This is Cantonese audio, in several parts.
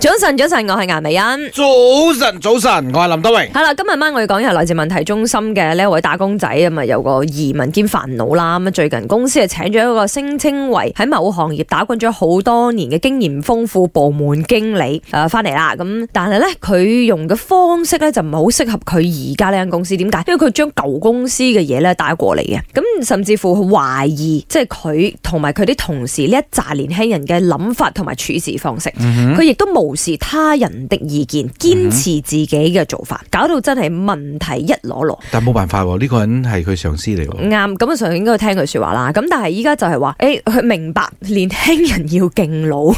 早晨，早晨，我係顏美欣。早晨，早晨，我系林德榮。係啦，今日晚我要講嘅係來自問題中心嘅呢一位打工仔咁啊，有個移民兼煩惱啦。咁啊，最近公司啊請咗一個聲稱為喺某行業打滾咗好多年嘅經驗豐富部門經理誒翻嚟啦。咁但係咧，佢用嘅方式咧就唔係好適合佢而家呢間公司。點解？因為佢將舊公司嘅嘢咧帶過嚟嘅。咁甚至乎懷疑，即係佢同埋佢啲同事呢一紮年輕人嘅諗法同埋處事方式。嗯佢亦都無視他人的意見，堅持自己嘅做法，搞到真係問題一籮籮。但冇辦法喎，呢、個人係佢上司嚟喎。啱咁啊，上應該聽佢說話啦。咁但係依家就係話，誒、佢明白年輕人要敬老，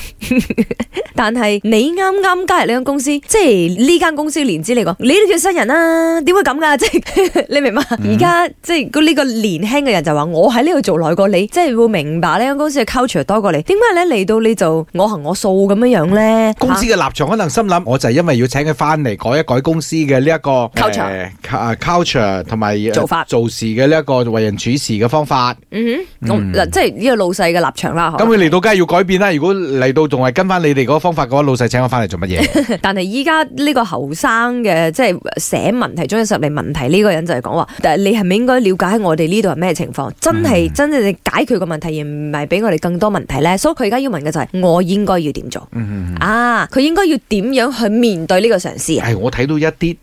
但係你啱啱加入呢間公司，即係呢間公司年資嚟講，你都叫新人啦、點會咁㗎？ 即係你明嘛？嗯而家、即係呢個年輕嘅人就話，我喺呢度做耐過你，即係會明白呢間公司嘅 culture 多過你。點解咧嚟到你就我行我素咁樣樣咧？公司嘅立場可能心諗，我就係因為要請佢翻嚟改一改公司嘅呢一個 Culture 呃，cu- 啊 culture 同埋呃做法做事嘅呢一個為人處事嘅方法。嗯哼，我嗱、即係呢個老細嘅立場啦。咁佢嚟到梗係要改變啦。如果嚟到仲係跟翻你哋嗰個方法嘅話，老細請我翻嚟做 乜嘢？ 但係依家呢個後生嘅即係寫問題中嘅十嚟問題呢個人就係講話，但係你係咪應該了解我哋呢度係咩情況？真嗯係真正地解決個問題，而唔係俾我哋更多問題咧。所以佢而家要問嘅就係、我應該要點做嗯啊？佢應該要點樣去面對呢個上司啊？係我睇到一啲誒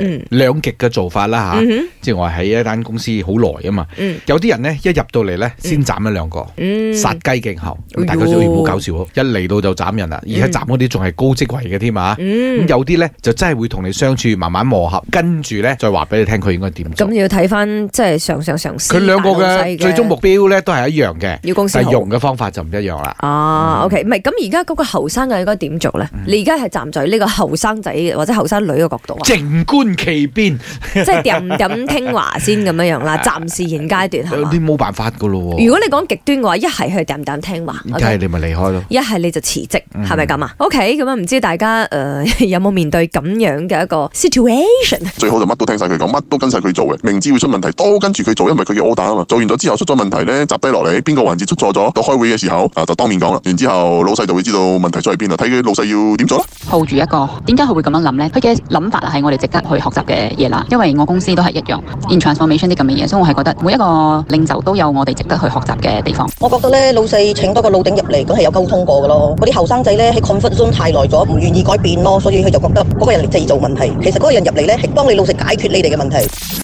嗯兩極嘅做法啦嗯嚇，哼，即係我喺一間公司好耐啊嘛。嗯有啲人呢，一入到嚟呢，先斬一兩個。嗯，殺雞儆猴，哎呦大家就唔好搞笑喎，一嚟到就斬人啦，而且斬嗰啲仲係高職位嘅添啊！咁嗯，有啲咧就真係會同你相處，慢慢磨合，跟住咧再話俾你聽佢應該點做咁。要睇翻即係上上上司佢兩個大老細嘅最終目標咧都係一樣嘅，要公司但係好。用嘅方法就唔一樣啦。嗯啊，OK，唔係咁而家嗰個後生嘅應該點做咧？你而家係站在呢個後生仔或者後生女嘅角度啊，靜觀其變，即係掂咁聽話先咁樣 樣啦。暫時現階段係有嘛？啲冇辦法噶咯如喎。果你講極端嘅話，一係去掂掂聽話梗係，OK。你咪離開咯。一係你就辭職，嗯係咪咁啊？OK，咁啊，唔知大家誒、呃有冇面對咁樣嘅一個 situation？最好就乜都聽晒佢講，乜都跟晒佢做嘅。明知會出問題，都跟住佢做，因為佢嘅 order 啊嘛。做完咗之後出咗問題咧，集低落嚟，邊個環節出錯咗，到開會嘅時候啊就當面講啦。然之後老細就會知道問題出喺邊啦，睇佢老細要點做啦。抱住一個點解佢會咁樣諗呢？佢嘅諗法係我哋值得去學習嘅嘢啦，因為我公司都係一樣 in transformation 啲咁嘅嘢，所以我係覺得每一個領袖都有我哋值得去學習嘅地方。我覺得咧，老細請多個老頂入嚟，咁係有溝通過嘅咯。嗰啲後生仔咧喺 comfort zone 太耐咗，唔願意改變咯，所以佢就覺得嗰個人嚟製造問題。其實嗰個人入嚟咧係幫你老細解決你哋嘅問題。